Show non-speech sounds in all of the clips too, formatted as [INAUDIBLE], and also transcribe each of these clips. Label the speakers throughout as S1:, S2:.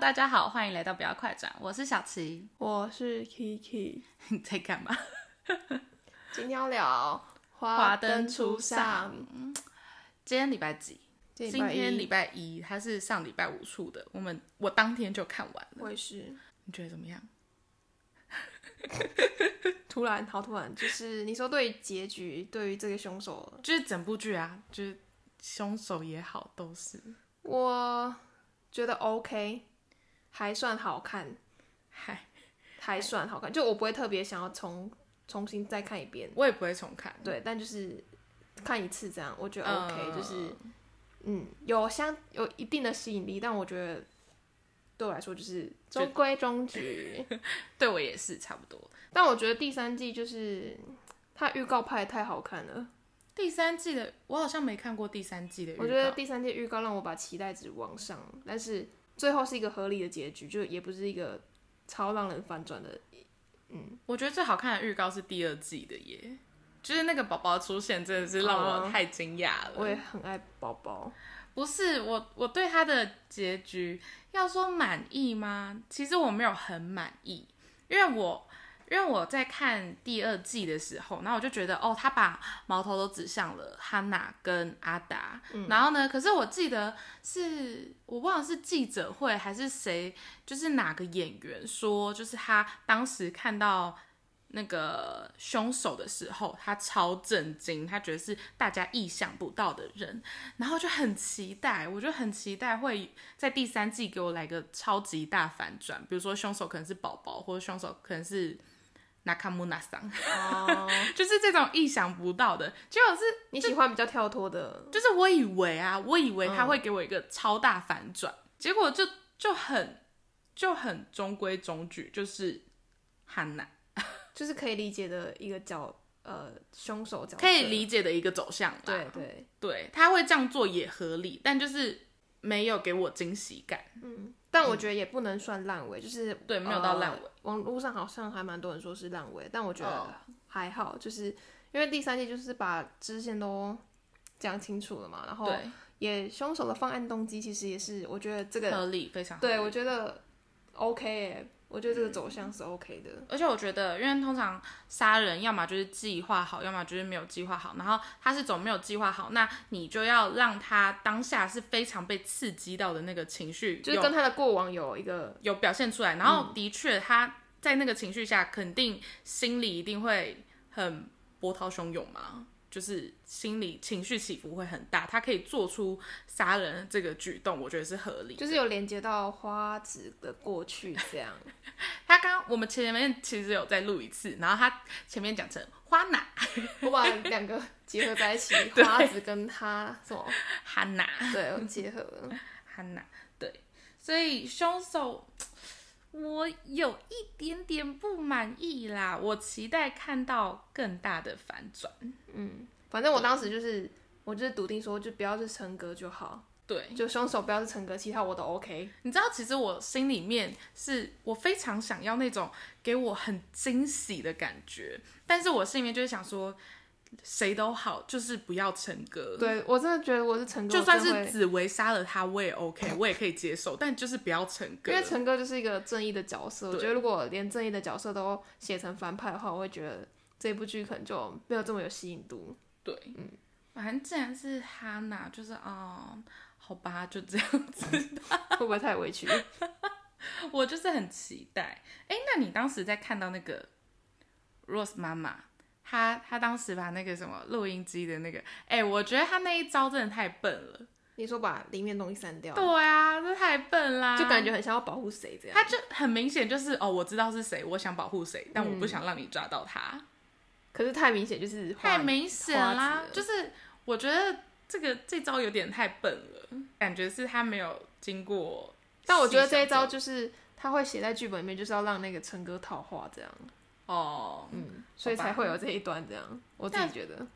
S1: 大家好，欢迎来到不要快转，我是小琪。 [LAUGHS]
S2: 我是 Kiki，
S1: 你在干嘛？
S2: 今天要聊
S1: 华
S2: 华
S1: 灯
S2: 灯
S1: 初
S2: 初
S1: 上
S2: 上，
S1: 今天礼拜几？
S2: 今
S1: 今天礼
S2: 拜
S1: 拜一，它是上礼拜五出的，我们我当天就看完
S2: 一
S1: 了。
S2: 我也是，
S1: 你觉得怎么样？
S2: 突然好突然，就是你说对于结局，对于这个凶手，
S1: 就是整部剧啊，就是凶手也好，都是
S2: 我觉得 OK，还算好看，
S1: 嗨，
S2: 还算好看，就我不会特别想要重重新再看一遍，
S1: 我也不会重看。
S2: 对，但就是看一次这样，我觉得
S1: 嗯
S2: OK，、就是嗯，有相有一定的吸引力，但我觉得对我来说就是
S1: 就
S2: 中规中矩。
S1: 对我也是差不多。
S2: 但我觉得第三季就是它预告拍的太好看了，
S1: 第三季的我好像没看过第三季的预告，
S2: 我觉得第三季预告让我把期待值往上，但是最后是一个合理的结局，就也不是一个超让人反转的。
S1: 我觉得最好看的预告是第二季的耶，就是那个宝宝出现真的是让我
S2: 哦
S1: 太惊讶了。
S2: 我也很爱宝宝，
S1: 不是我，我对他的结局要说满意吗？其实我没有很满意，因为我因为我在看第二季的时候，然后我就觉得哦，他把矛头都指向了汉娜跟阿达，然后呢，可是我记得是我忘了是记者会还是谁，就是哪个演员说，就是他当时看到。那个凶手的时候，他超震惊，他觉得是大家意想不到的人，然后就很期待，我就很期待会在第三季给我来个超级大反转，比如说凶手可能是宝宝，或者凶手可能是 Nakamura 桑， [LAUGHS] 就是这种意想不到的。结果是，
S2: 你喜欢比较跳脱的，
S1: 就是我以为啊，我以为他会给我一个超大反转，结果就就很就很中规中矩，就是汉娜
S2: 就是可以理解的一个角，呃，凶手角色
S1: 可以理解的一个走向啦。
S2: 哦对对，
S1: 对，他会这样做也合理，但就是没有给我惊喜感。
S2: 但我觉得也不能算烂尾，就是
S1: 对没有到烂哦
S2: 尾。呃网络上好像还蛮多人说是烂尾，但我觉得还好，就是因为第三季就是把支线都讲清楚了嘛，然后
S1: 对。
S2: 也凶手的犯案动机其实也是，我觉得这个
S1: 合理，非常合理
S2: 对我觉得 OK，耶我觉得这个走向是 OK 的。
S1: 而且我觉得，因为通常杀人要么就是计划好，要么就是没有计划好。然后他是总没有计划好，那你就要让他当下是非常被刺激到的那个情绪，
S2: 就是
S1: 有
S2: 跟他嗯的过往有一个
S1: 有表现出来。然后的确，他在那个情绪下，肯定心里一定会很波涛汹涌嘛，就是心理情绪起伏会很大。他可以做出杀人这个举动，我觉得是合理的。
S2: 就是有连接到花子的过去这样，
S1: 他刚我们前面其实有再录一次，然后他前面讲成花奶。
S2: 我把两个结合在一
S1: [LAUGHS]
S2: 起，花子跟他什么
S1: 汉娜，
S2: 对我结合了。
S1: 汉娜，对，所以凶手我有一点点不满意啦，我期待看到更大的反转。
S2: 反正我当时就是，我就是笃定说，就不要是陈格就好，
S1: 对，
S2: 就凶手不要是陈格，其他我都 OK。
S1: 你知道，其实我心里面是我非常想要那种给我很惊喜的感觉，但是我心里面就是想说，谁都好，就是不要陈哥。，
S2: 对我真的觉得我是陈格，
S1: 就算
S2: 我真的
S1: 是
S2: 会
S1: 紫薇杀了他，我也 OK，我也可以接受，但就是不要陈哥。
S2: 因为陈哥就是一个正义的角色，我
S1: 对
S2: 觉得如果连正义的角色都写成反派的话，我会觉得这部剧可能就没有这么有吸引度。
S1: 对，嗯，反正既然是哈娜，就是哦，好吧，就这样子。
S2: 会不会太委屈？
S1: 我就是很期待。哎，那你当时在看到那个 Rose 妈妈，她她当时把那个什么录音机的那个，哎，我觉得她那一招真的太笨了。
S2: [LAUGHS] 你说把里面东西删掉，
S1: 对啊，这太笨啦，
S2: 哦就感觉很像要保护谁这样。
S1: 她就很明显就是哦，我知道是谁，我想保护谁，但我
S2: 嗯
S1: 不想让你抓到他。
S2: 可是太明显就是
S1: 太
S2: 花
S1: 明显啦
S2: 花，子
S1: 就是我觉得这个这招有点太笨了，感觉是他没有经过。
S2: 但我觉得这一招就是他会写在剧本里面，就是要让那个陈哥套话这样，
S1: 哦，嗯，
S2: 所以才
S1: 好吧
S2: 会有这一段这样。我自己觉得。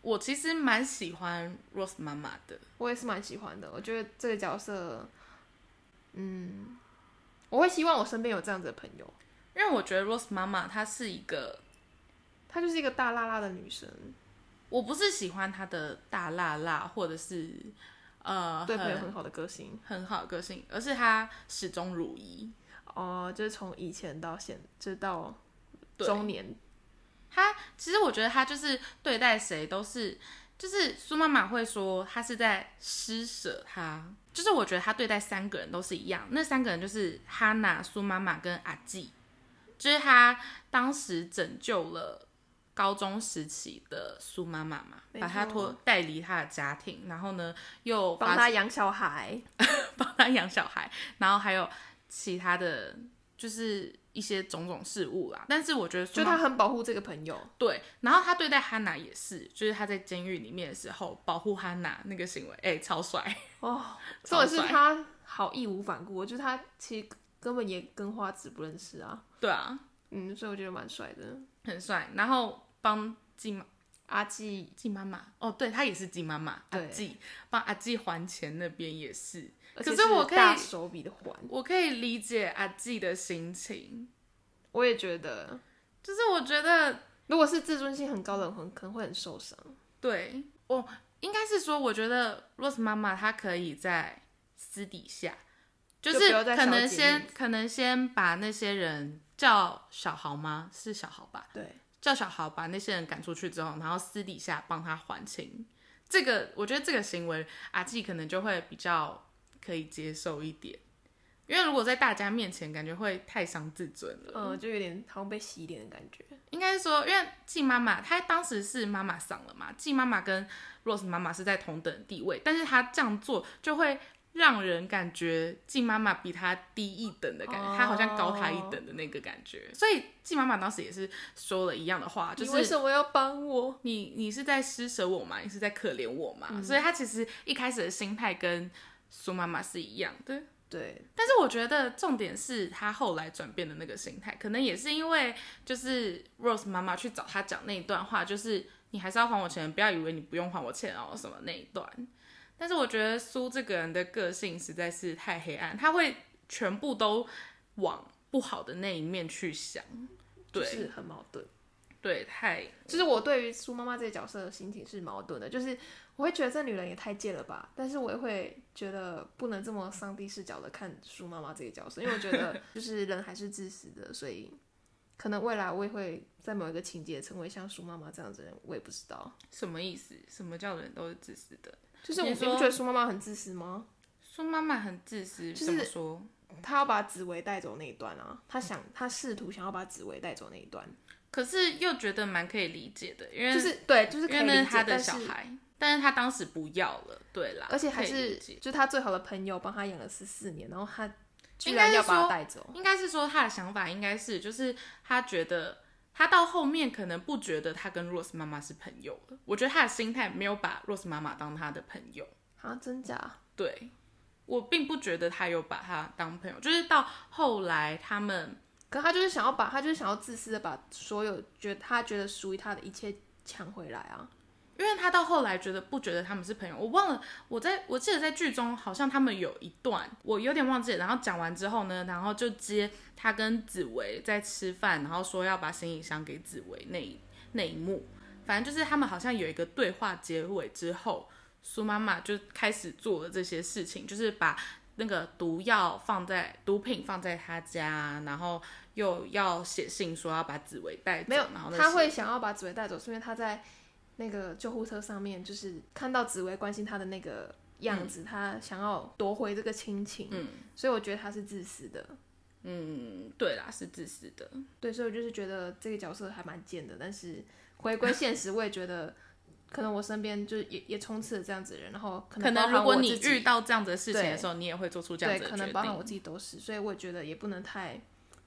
S1: 我其实蛮喜欢 Rose 妈妈的，
S2: 我也是蛮喜欢的。我觉得这个角色，嗯，我会希望我身边有这样子的朋友。
S1: 因为我觉得 Rose 妈妈她是一个，
S2: 她就是一个大辣辣的女生，
S1: 我不是喜欢她的大辣辣，或者是呃
S2: 对朋友
S1: 很
S2: 很好的个性
S1: 很好的个性，而是他始终如一。
S2: 哦、就是从以前到现，就是到
S1: 对
S2: 中年，
S1: 他其实我觉得他就是对待谁都是，就是苏妈妈会说他是在施舍他，就是我觉得他对待三个人都是一样，那三个人就是哈娜、苏妈妈跟阿纪，就是他当时拯救了。高中时期的苏妈妈嘛，
S2: 没错
S1: 把他拖带离他的家庭，然后呢又
S2: 帮
S1: 把
S2: 他养小孩，
S1: [LAUGHS] 帮他养小孩，然后还有其他的就是一些种种事物啦。但是我觉得苏
S2: 就
S1: 妈妈
S2: 他很保护这个朋友，
S1: 对，然后他对待哈娜也是，就是他在监狱里面的时候保护哈娜那个行为，哎、超帅，
S2: 哦，重
S1: 超
S2: 点是
S1: 帅
S2: 他好义无反顾，就是他其实根本也跟花子不认识啊，
S1: 对啊，
S2: 嗯，所以我觉得蛮帅的。
S1: 很帅。然后帮季妈
S2: 阿纪
S1: 季妈妈，哦，对他也是季妈妈，阿
S2: 对
S1: 季帮阿季还钱那边也是，
S2: 而
S1: 可
S2: 且
S1: 是
S2: 是
S1: 我可以
S2: 大手笔的还，
S1: 我可以理解阿季的心情，
S2: 我也觉得，
S1: 就是我觉得
S2: 如果是自尊心很高的人，很可能会很受伤。
S1: 对我应该是说，我觉得 Rose 妈妈她可以在私底下，就
S2: 就不
S1: 是
S2: 要在
S1: 可能
S2: 小节
S1: 先可能先把那些人叫小豪吗？是小豪吧？
S2: 对，
S1: 叫小豪把那些人赶出去之后，然后私底下帮他还清。这个我觉得这个行为阿纪可能就会比较可以接受一点，因为如果在大家面前，感觉会太伤自尊了。
S2: 嗯，就有点好像被洗脸的感觉。
S1: 应该是说，因为季妈妈她当时是妈妈桑了嘛，季妈妈跟 Rose 妈妈是在同等地位，但是她这样做就会让人感觉季妈妈比她低一等的感觉，
S2: 哦
S1: 她好像高她一等的那个感觉。所以季妈妈当时也是说了一样的话，就
S2: 你为
S1: 是
S2: 什么要帮我？
S1: 你你是在施舍我吗？你是在可怜我吗？
S2: 嗯
S1: 所以她其实一开始的心态跟苏妈妈是一样的。
S2: 对，
S1: 但是我觉得重点是他后来转变的那个心态，可能也是因为就是 Rose 妈妈去找他讲那一段话，就是你还是要还我钱，不要以为你不用还我钱哦什么那一段。但是我觉得苏这个人的个性实在是太黑暗，他会全部都往不好的那一面去想，对、
S2: 就是很矛盾。
S1: 对，太
S2: 就是我对于苏妈妈这个角色的心情是矛盾的，就是我会觉得这女人也太贱了吧，但是我也会觉得不能这么上帝视角的看苏妈妈这个角色，因为我觉 [LAUGHS] 得就是人还是自私的，所以可能未来我也会在某一个情节成为像苏妈妈这样子的人，我也不知道。
S1: 什么意思？什么叫人都是自私的？
S2: 就是我
S1: 你
S2: 你
S1: 说
S2: 不觉得苏妈妈很自私吗？
S1: 苏妈妈很自私，
S2: 就是
S1: 怎么说？
S2: 她要把紫薇带走那一段啊，她想她试图想要把紫薇带走那一段，
S1: 可是又觉得蛮可以理解的，因为
S2: 就是对，就是可以
S1: 因为
S2: 理
S1: 那
S2: 解
S1: 是他的
S2: 但
S1: 小
S2: 是
S1: 孩，但是他当时不要了，对啦，
S2: 而且还
S1: 可以
S2: 是
S1: 理解
S2: 就是他最好的朋友帮他养了十四年，然后他居
S1: 应该
S2: 然
S1: 是
S2: 要把
S1: 说
S2: 他带走。
S1: 应该是说他的想法应该是就是他觉得他到后面可能不觉得他跟 Rose 妈妈是朋友了，我觉得他的心态没有把 Rose 妈妈当他的朋友，
S2: 啊，真假？
S1: 对我并不觉得他有把他当朋友，就是到后来他们
S2: 可他就是想要把，他就是想要自私的把所有觉他觉得属于他的一切抢回来啊。
S1: 因为他到后来觉得不觉得他们是朋友，我忘了，我在我记得在剧中好像他们有一段，我有点忘记了。然后讲完之后呢，然后就接他跟紫薇在吃饭，然后说要把行李箱给紫薇那一那一幕，反正就是他们好像有一个对话结尾之后，苏妈妈就开始做了这些事情，就是把那个毒药放在毒品放在他家，然后又要写信说要把紫薇带走，
S2: 没有
S1: 然后，那
S2: 他
S1: 些
S2: 会想要把紫薇带走，是因为他在那个救护车上面，就是看到紫薇关心他的那个
S1: 嗯
S2: 样子，他想要夺回这个亲情。嗯，所以我觉得他是自私的。
S1: 嗯对啦，是自私的。
S2: 对，所以我就是觉得这个角色还蛮贱的，但是回归现实，我也觉得可能我身边就也也充斥了这样子的人，然后可
S1: 可
S2: 能包
S1: 能
S2: 含
S1: 如果
S2: 我
S1: 你
S2: 自己
S1: 遇到这样子的事情的
S2: 对
S1: 时候，你也会做出这样
S2: 对，
S1: 子的
S2: 可
S1: 决
S2: 能包含我
S1: 定。
S2: 自己都是，所以我也觉得也不能太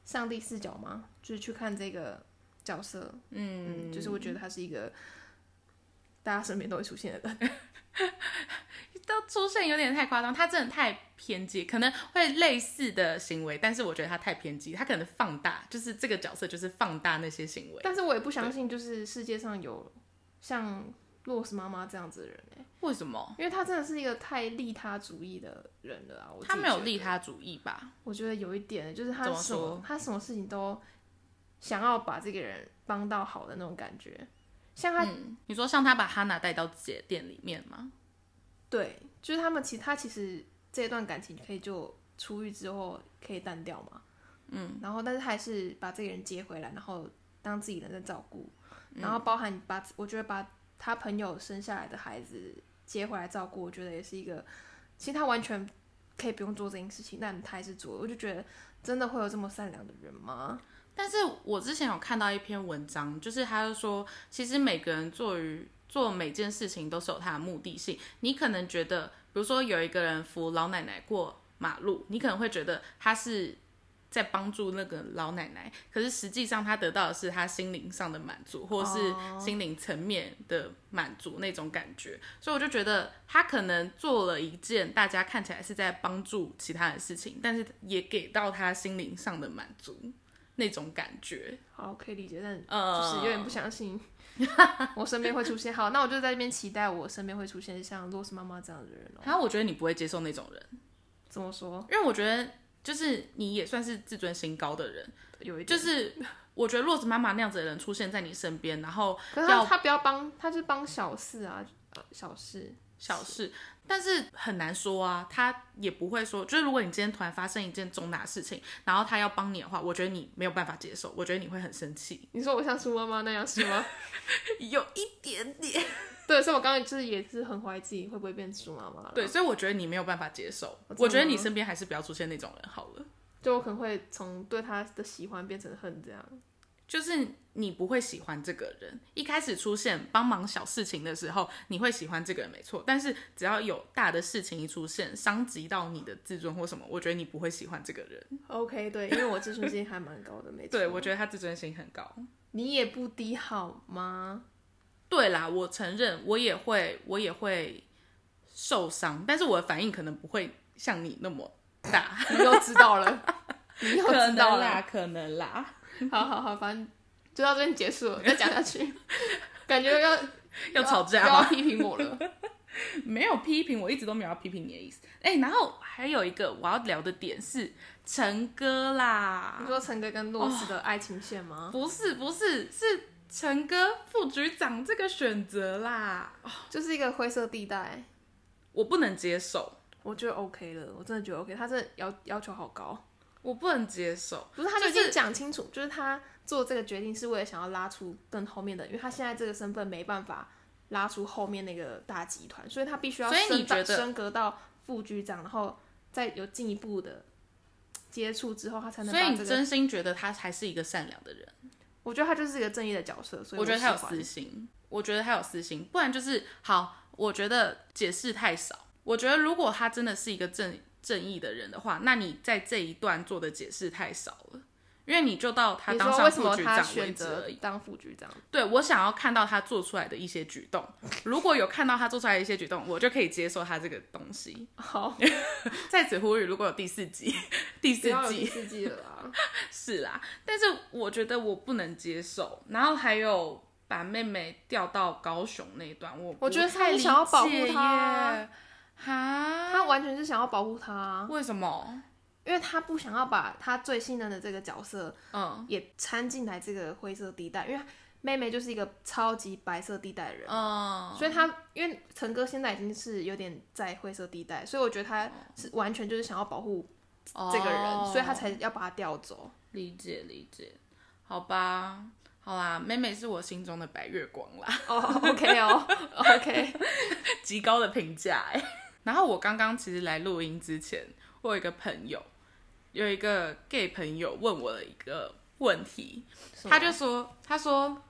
S2: 上帝视角嘛，就是去看这个角色，嗯，就是我觉得他是一个大家身边都会出现
S1: [LAUGHS]
S2: 的人，
S1: 到出现有点太夸张，他真的太偏激，可能会类似的行为，但是我觉得他太偏激，他可能放大，就是这个角色就是放大那些行为。
S2: 但是我也不相信就是世界上有像 Rose 妈妈这样子的人、欸、
S1: 为什么？
S2: 因为他真的是一个太利他主义的人了啊，我自己
S1: 他没有
S2: 觉
S1: 利
S2: 得
S1: 他主义吧？
S2: 我觉得有一点，就是他
S1: 怎么
S2: 什么
S1: 说
S2: 他什么事情都想要把这个人帮到好的
S1: 嗯
S2: 那种感觉。像他，
S1: 嗯，你说像他把哈娜带到姐店里面吗？
S2: 对，就是他们其他其实这一段感情可以就出狱之后可以淡掉嘛，嗯，然后但是还是把这个人接回来，然后当自己人在照顾，
S1: 嗯
S2: 然后包含把我觉得把他朋友生下来的孩子接回来照顾，我觉得也是一个，其实他完全可以不用做这件事情，但他还是做了，我就觉得真的会有这么善良的人吗？
S1: 但是我之前有看到一篇文章，就是他就说，其实每个人做于做每件事情都是有他的目的性。你可能觉得，比如说有一个人扶老奶奶过马路，你可能会觉得他是在帮助那个老奶奶，可是实际上他得到的是他心灵上的满足，或是心灵层面的满足那种感觉。所以我就觉得他可能做了一件大家看起来是在帮助其他的事情，但是也给到他心灵上的满足。那种感觉，
S2: 好，可以理解，但
S1: 呃，
S2: 就是有点不
S1: [LAUGHS]
S2: 相信我身边会出现。好，那我就在这边期待我身边会出现像洛斯妈妈这样的人哦。
S1: 然后我觉得你不会接受那种人，
S2: 怎么说？
S1: 因为我觉得就是你也算是自尊心高的人，
S2: 有一
S1: 就
S2: 点，
S1: 是我觉得洛子妈妈那样子的人出现在你身边，然后
S2: 可是
S1: 要
S2: 他他不要帮，他是帮小四啊，呃小四。
S1: 小事，但是很难说啊，他也不会说，就是如果你今天突然发生一件重大事情，然后他要帮你的话，我觉得你没有办法接受，我觉得你会很生气，
S2: 你说我像苏妈妈那样是吗？ [LAUGHS]
S1: 有一点点，
S2: 对，所以我刚刚就是也是很怀疑自己会不会变苏妈妈了。
S1: 对，，所以我觉得你没有办法接受，
S2: 我知道
S1: 我觉得你身边还是不要出现那种人好了。
S2: 就我可能会从对他的喜欢变成恨这样。
S1: 就是你不会喜欢这个人。一开始出现帮忙小事情的时候，你会喜欢这个人没错，但是只要有大的事情一出现，伤及到你的自尊或什么，我觉得你不会喜欢这个人。
S2: OK，对，因为我自尊心还蛮高的，没错。
S1: 对，我觉得他自尊心很高。
S2: 你也不低好
S1: [LAUGHS]
S2: 吗？
S1: 对啦，我承认我也会，我也会受伤，但是我的反应可能不会像你那么大。
S2: 你又知道了， [LAUGHS] 你又
S1: 可
S2: 知
S1: 能
S2: 道了。
S1: 啦，可能啦，
S2: [LAUGHS] 好好好，反正就到这边结束了，再讲下 [LAUGHS] 去，感觉要
S1: [LAUGHS] 要吵架
S2: 又
S1: 吗
S2: 要？批评我 [LAUGHS] 了。
S1: [LAUGHS] 没有批评，我一直都没有要批评你的意思。哎、然后还有一个我要聊的点是陈哥啦
S2: 你，说陈哥跟洛斯的爱情线吗？
S1: 不是不是是陈哥副局长这个选择啦，
S2: 就是一个灰色地带，
S1: 我不能接受，
S2: 我觉得 OK 了，我真的觉得 OK。他这要要求好高，
S1: 我不能接受。
S2: 不是他就已
S1: 就
S2: 经讲清楚，就是他做这个决定是为了想要拉出更后面的，因为他现在这个身份没办法拉出后面那个大集团，所以他必须要
S1: 所以你
S2: 升到
S1: 觉得
S2: 升格到副局长，然后再有进一步的接触之后，他才能
S1: 所以
S2: 把
S1: 你
S2: 这个。
S1: 真心觉得他还是一个善良的人？
S2: 我觉得他就是一个正义的角色，所以
S1: 我觉得他有
S2: 喜欢
S1: 私心，我觉得他有私心，不然就是好，我觉得解释太少。我觉得如果他真的是一个正正义的人的话，那你在这一段做的解释太少了，因为你就到他
S2: 你
S1: 当
S2: 说
S1: 上
S2: 为什
S1: 副
S2: 么
S1: 局
S2: 他
S1: 长为
S2: 选
S1: 止而
S2: 择
S1: 已。
S2: 当副局
S1: [LAUGHS]
S2: 长？
S1: 对我想要看到他做出来的一些举动，如果有看到他做出来的一些举动，我就可以接受他这个东西。
S2: 好，
S1: 在此呼吁，如果有第四集，第
S2: 不
S1: 四
S2: 要有第
S1: 季
S2: 四季了啊啦。
S1: 是啦，但是我觉得我不能接受。然后还有把妹妹调到高雄那一段，我
S2: 我觉得
S1: 不太
S2: 他想要保护
S1: 理解
S2: 她
S1: 耶，哈，
S2: 他完全是想要保护他，
S1: 为什么？
S2: 因为他不想要把他最信任的这个角色
S1: 嗯
S2: 也掺进来这个灰色地带，因为妹妹就是一个超级白色地带的人。
S1: 嗯，
S2: 所以他，因为陈哥现在已经是有点在灰色地带，所以我觉得他是完全就是想要保护这个人，
S1: 哦
S2: 所以他才要把他调
S1: [LAUGHS]
S2: 走。
S1: 理解理解，好吧。好啦，妹妹是我心中的白月光啦。
S2: 哦、o k 哦，OK，
S1: 极高的评价哎。 [LAUGHS] 然后我刚刚其实来录音之前，我有一个朋友，有一个 gay 朋友问我的一个问题，他就说，他说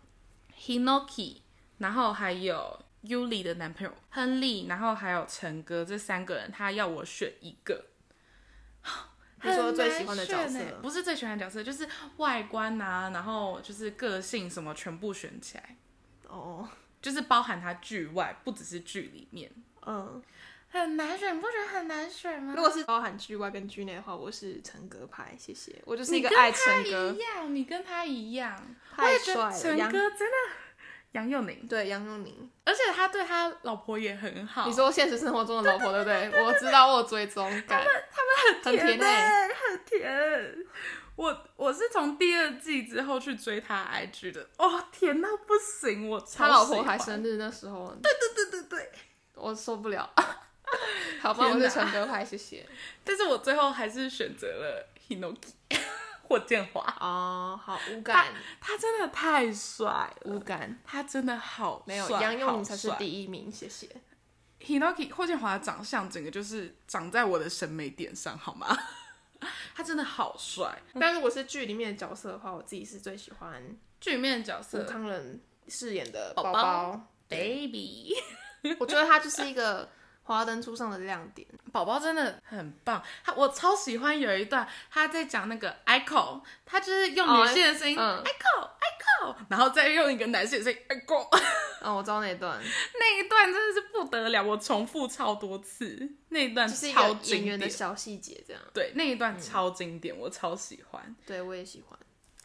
S1: Hinoki，然后还有 Yuli 的男朋友亨利，然后还有陈哥这三个人，他要我选一个。
S2: [LAUGHS] 你说最喜欢的角
S1: 很
S2: 色
S1: 难选欸不是最喜欢的角色，就是外观啊，然后就是个性什么全部选起来，
S2: 哦，
S1: 就是包含他剧外，不只是剧里面。
S2: 嗯，
S1: 很难选，你不觉得很难选吗？
S2: 如果是包含剧外跟剧内的话，我是陈哥派，谢谢。我就是一
S1: 你
S2: 个
S1: 跟
S2: 爱
S1: 他
S2: 陈
S1: 一
S2: 哥，
S1: 样，你跟他一样，我
S2: 太
S1: 也觉
S2: 帅
S1: 得
S2: 了。
S1: 陈
S2: 杨
S1: 哥真的杨佑宁，
S2: 对杨佑宁，
S1: 而且他对他老婆也很好，
S2: 你说现实生活中的老婆对不对？我知道我有追踪，感他们很
S1: 甜
S2: 甜欸
S1: 欸很甜。我我是从第二季之后去追他 IG 的，哦，甜到不行，我超
S2: 他老婆
S1: 喜欢
S2: 还生日那时候，
S1: 对对对对，
S2: 我受不了。好吧，我
S1: 天
S2: 是
S1: 哪
S2: 纯德派，谢谢。
S1: 但是我最后还是选择了 Hinoki [LAUGHS] 霍建华，
S2: 哦，好无感，
S1: 他真的太帅了，
S2: 无感，
S1: 他真的好
S2: 没有
S1: 帅
S2: 杨佑
S1: 好
S2: 宁才是
S1: 帅
S2: 第一名，谢谢。
S1: Hinoki 霍建华的长相整个就是长在我的审美点上，好吗？ [LAUGHS] 他真的好帅。
S2: 但如果是剧里面的角色的话，我自己是最喜欢
S1: 剧里面的角
S2: 吴
S1: 色
S2: 康仁饰演的
S1: 宝
S2: 宝
S1: 宝
S2: 宝，
S1: Baby
S2: [LAUGHS] 我觉得他就是一个华灯初上的亮点。
S1: 宝宝真的很棒，他我超喜欢有一段他在讲那个 echo，他就是用女性的声音、
S2: 哦嗯
S1: echo echo，然后再用一个男性的声音 echo， [LAUGHS]
S2: 嗯，我知道那一段，
S1: 那一段真的是不得了，我重复超多次，那一段
S2: 就是一
S1: 超
S2: 个演
S1: 经
S2: 员
S1: 典，
S2: 的嗯小细节，这样。
S1: 对，那一段超经典，我超喜欢。
S2: 对我也喜欢。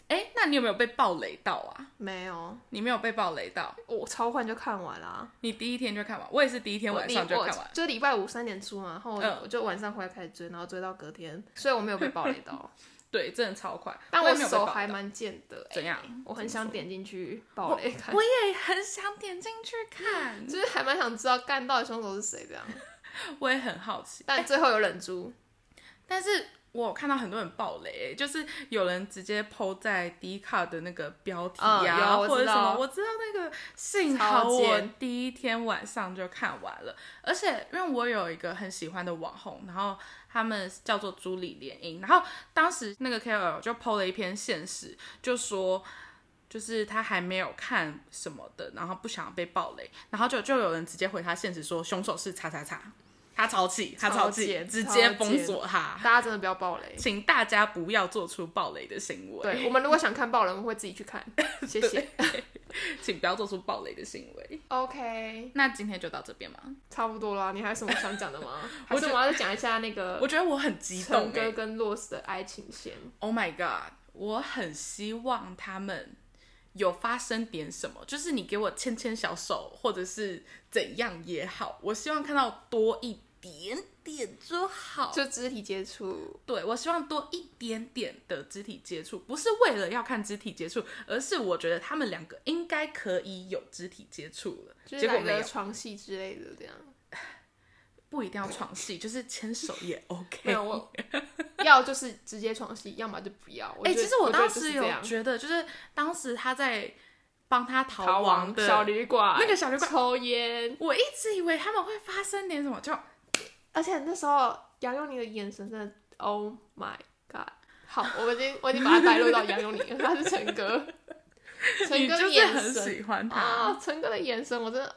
S1: 哎，那你有没有被暴雷到啊？
S2: 没有，
S1: 你没有被暴雷到，
S2: 我超快就看完啦、
S1: 你第一天就看完，我也是第一天晚上就看
S2: 我
S1: 完。
S2: 就礼拜五三点出嘛，然后
S1: 嗯
S2: 我就晚上回来开始追，然后追到隔天，所以我没有被暴雷
S1: [LAUGHS]
S2: 到，
S1: 对，真的超快，
S2: 但
S1: 我也没有被
S2: 手
S1: 暴雷
S2: 还
S1: 到
S2: 蛮贱的、欸
S1: 怎样？
S2: 我很
S1: 怎么
S2: 想
S1: 说
S2: 点进去暴雷看，
S1: 我也很想点进去看，
S2: 就是还蛮想知道干到底凶手是谁这样，
S1: 嗯我也很好奇。
S2: 但最后有忍住，
S1: 但是我有看到很多人爆雷，欸就是有人直接 PO 在 d 卡的那个标题啊，
S2: 嗯有
S1: 或
S2: 我
S1: 者
S2: 知
S1: 什
S2: 道
S1: 么，我知道那个。幸好
S2: 超
S1: 我
S2: 贱
S1: 第一天晚上就看完了，而且因为我有一个很喜欢的网红，然后他们叫做朱莉莲英，然后当时那个 KOL 就 PO 了一篇现实，就说。就是他还没有看什么的，然后不想被暴雷，然后就就有人直接回他现实说凶手是叉叉叉，他超气，他超
S2: 超
S1: 气，
S2: 贱
S1: 直接
S2: 超
S1: 封
S2: 贱
S1: 锁他。
S2: 大家真的不要暴
S1: [LAUGHS]
S2: 雷。
S1: 请大家不要做出暴雷的行为，
S2: 对我们如果想看暴雷，我们会自己去看，
S1: [LAUGHS]
S2: 谢谢。
S1: 请不要做出暴雷的行为。
S2: OK，
S1: 那今天就到这边嘛。
S2: 差不多啦，你还有什么想讲的 [LAUGHS] 吗？
S1: 我
S2: 还是我们要再讲一下那个 [LAUGHS]
S1: 我觉得我很激动
S2: 陈
S1: 哎、
S2: 哥跟 Rose 的爱情线？
S1: o h，Oh my god！我很希望他们有发生点什么，就是你给我牵牵小手，或者是怎样也好，我希望看到多一点点就好。
S2: [LAUGHS] 就肢体接触，
S1: 对，我希望多一点点的肢体接触，不是为了要看肢体接触，而是我觉得他们两个应该可以有肢体接触了，
S2: 就
S1: 结
S2: 是
S1: 果
S2: 来
S1: 没有
S2: 个。床戏之类的 [LAUGHS] 这样。
S1: 不一定要床戏，就是牵 [LAUGHS] 手也 OK。
S2: 没有，我要就是直接床戏，要么就不要。
S1: 哎、
S2: 觉得
S1: 其实我
S2: 觉得
S1: 当
S2: 就是
S1: 时
S2: 这
S1: 有
S2: 样
S1: 觉得，就是当时他在帮他
S2: 逃
S1: 亡
S2: 亡
S1: 的
S2: 小旅馆，
S1: 那个小旅馆
S2: 抽烟，
S1: 我一直以为他们会发生点什么，就
S2: 而且那时候杨佑宁的眼神真的，Oh my God！好，我已经我已经把他带入到杨佑宁了，他是陈 [LAUGHS] 哥，
S1: 你
S2: 陈哥
S1: 就是
S2: 的眼
S1: 很
S2: 神
S1: 喜欢他，
S2: [LAUGHS] 啊，陈哥的眼神我真的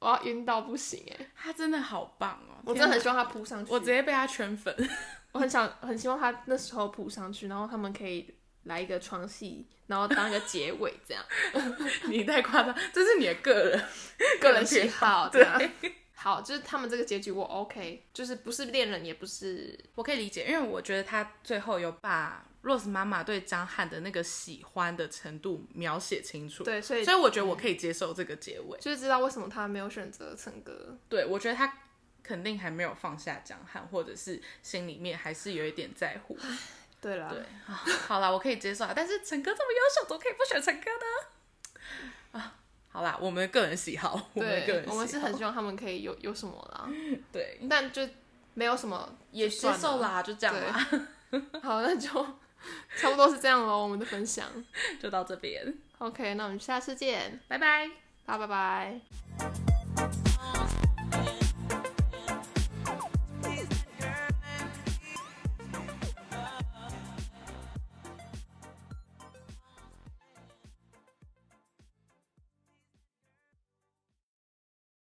S2: 我要晕到不行哎、
S1: 他真的好棒哦！
S2: 我真的很
S1: 天
S2: 希望他扑上
S1: 哪
S2: 去，欸
S1: 我直接被他圈粉。 [LAUGHS]
S2: 我很想很希望他那时候扑上去，然后他们可以来一个床戏，然后当一个结尾这 [LAUGHS] 样，
S1: 你太夸张，这是你的个人
S2: 个人喜好这
S1: 对，
S2: 样。好，就是他们这个结局我 OK，就是不是恋人，也不是
S1: 我可以理解，因为我觉得他最后有把 Rose 妈妈对张翰的那个喜欢的程度描写清楚，
S2: 对，所以
S1: 所以我觉得我可以接受这个结尾。
S2: 就是知道为什么他没有选择陈哥。
S1: 对，我觉得他肯定还没有放下江汉，或者是心里面还是有一点在
S2: [LAUGHS]
S1: 乎。
S2: 对啦，
S1: 对，啊好啦，我可以接受啊。但是陈哥这么优秀，怎么可以不选陈哥呢？啊，好啦，我们的个人喜好，我们的个
S2: 对
S1: 人，喜
S2: 我
S1: 好，
S2: 们是很希望他们可以有有什么啦，
S1: 对，
S2: 但就没有什么
S1: 也接
S2: 算
S1: 受
S2: 了。
S1: 啦，就这样啦， [LAUGHS]
S2: 好，那就 [LAUGHS] 差不多是这样喽，我们的分享。
S1: 就到这边，
S2: OK，那我们下次见，
S1: 拜拜。
S2: 大家拜拜。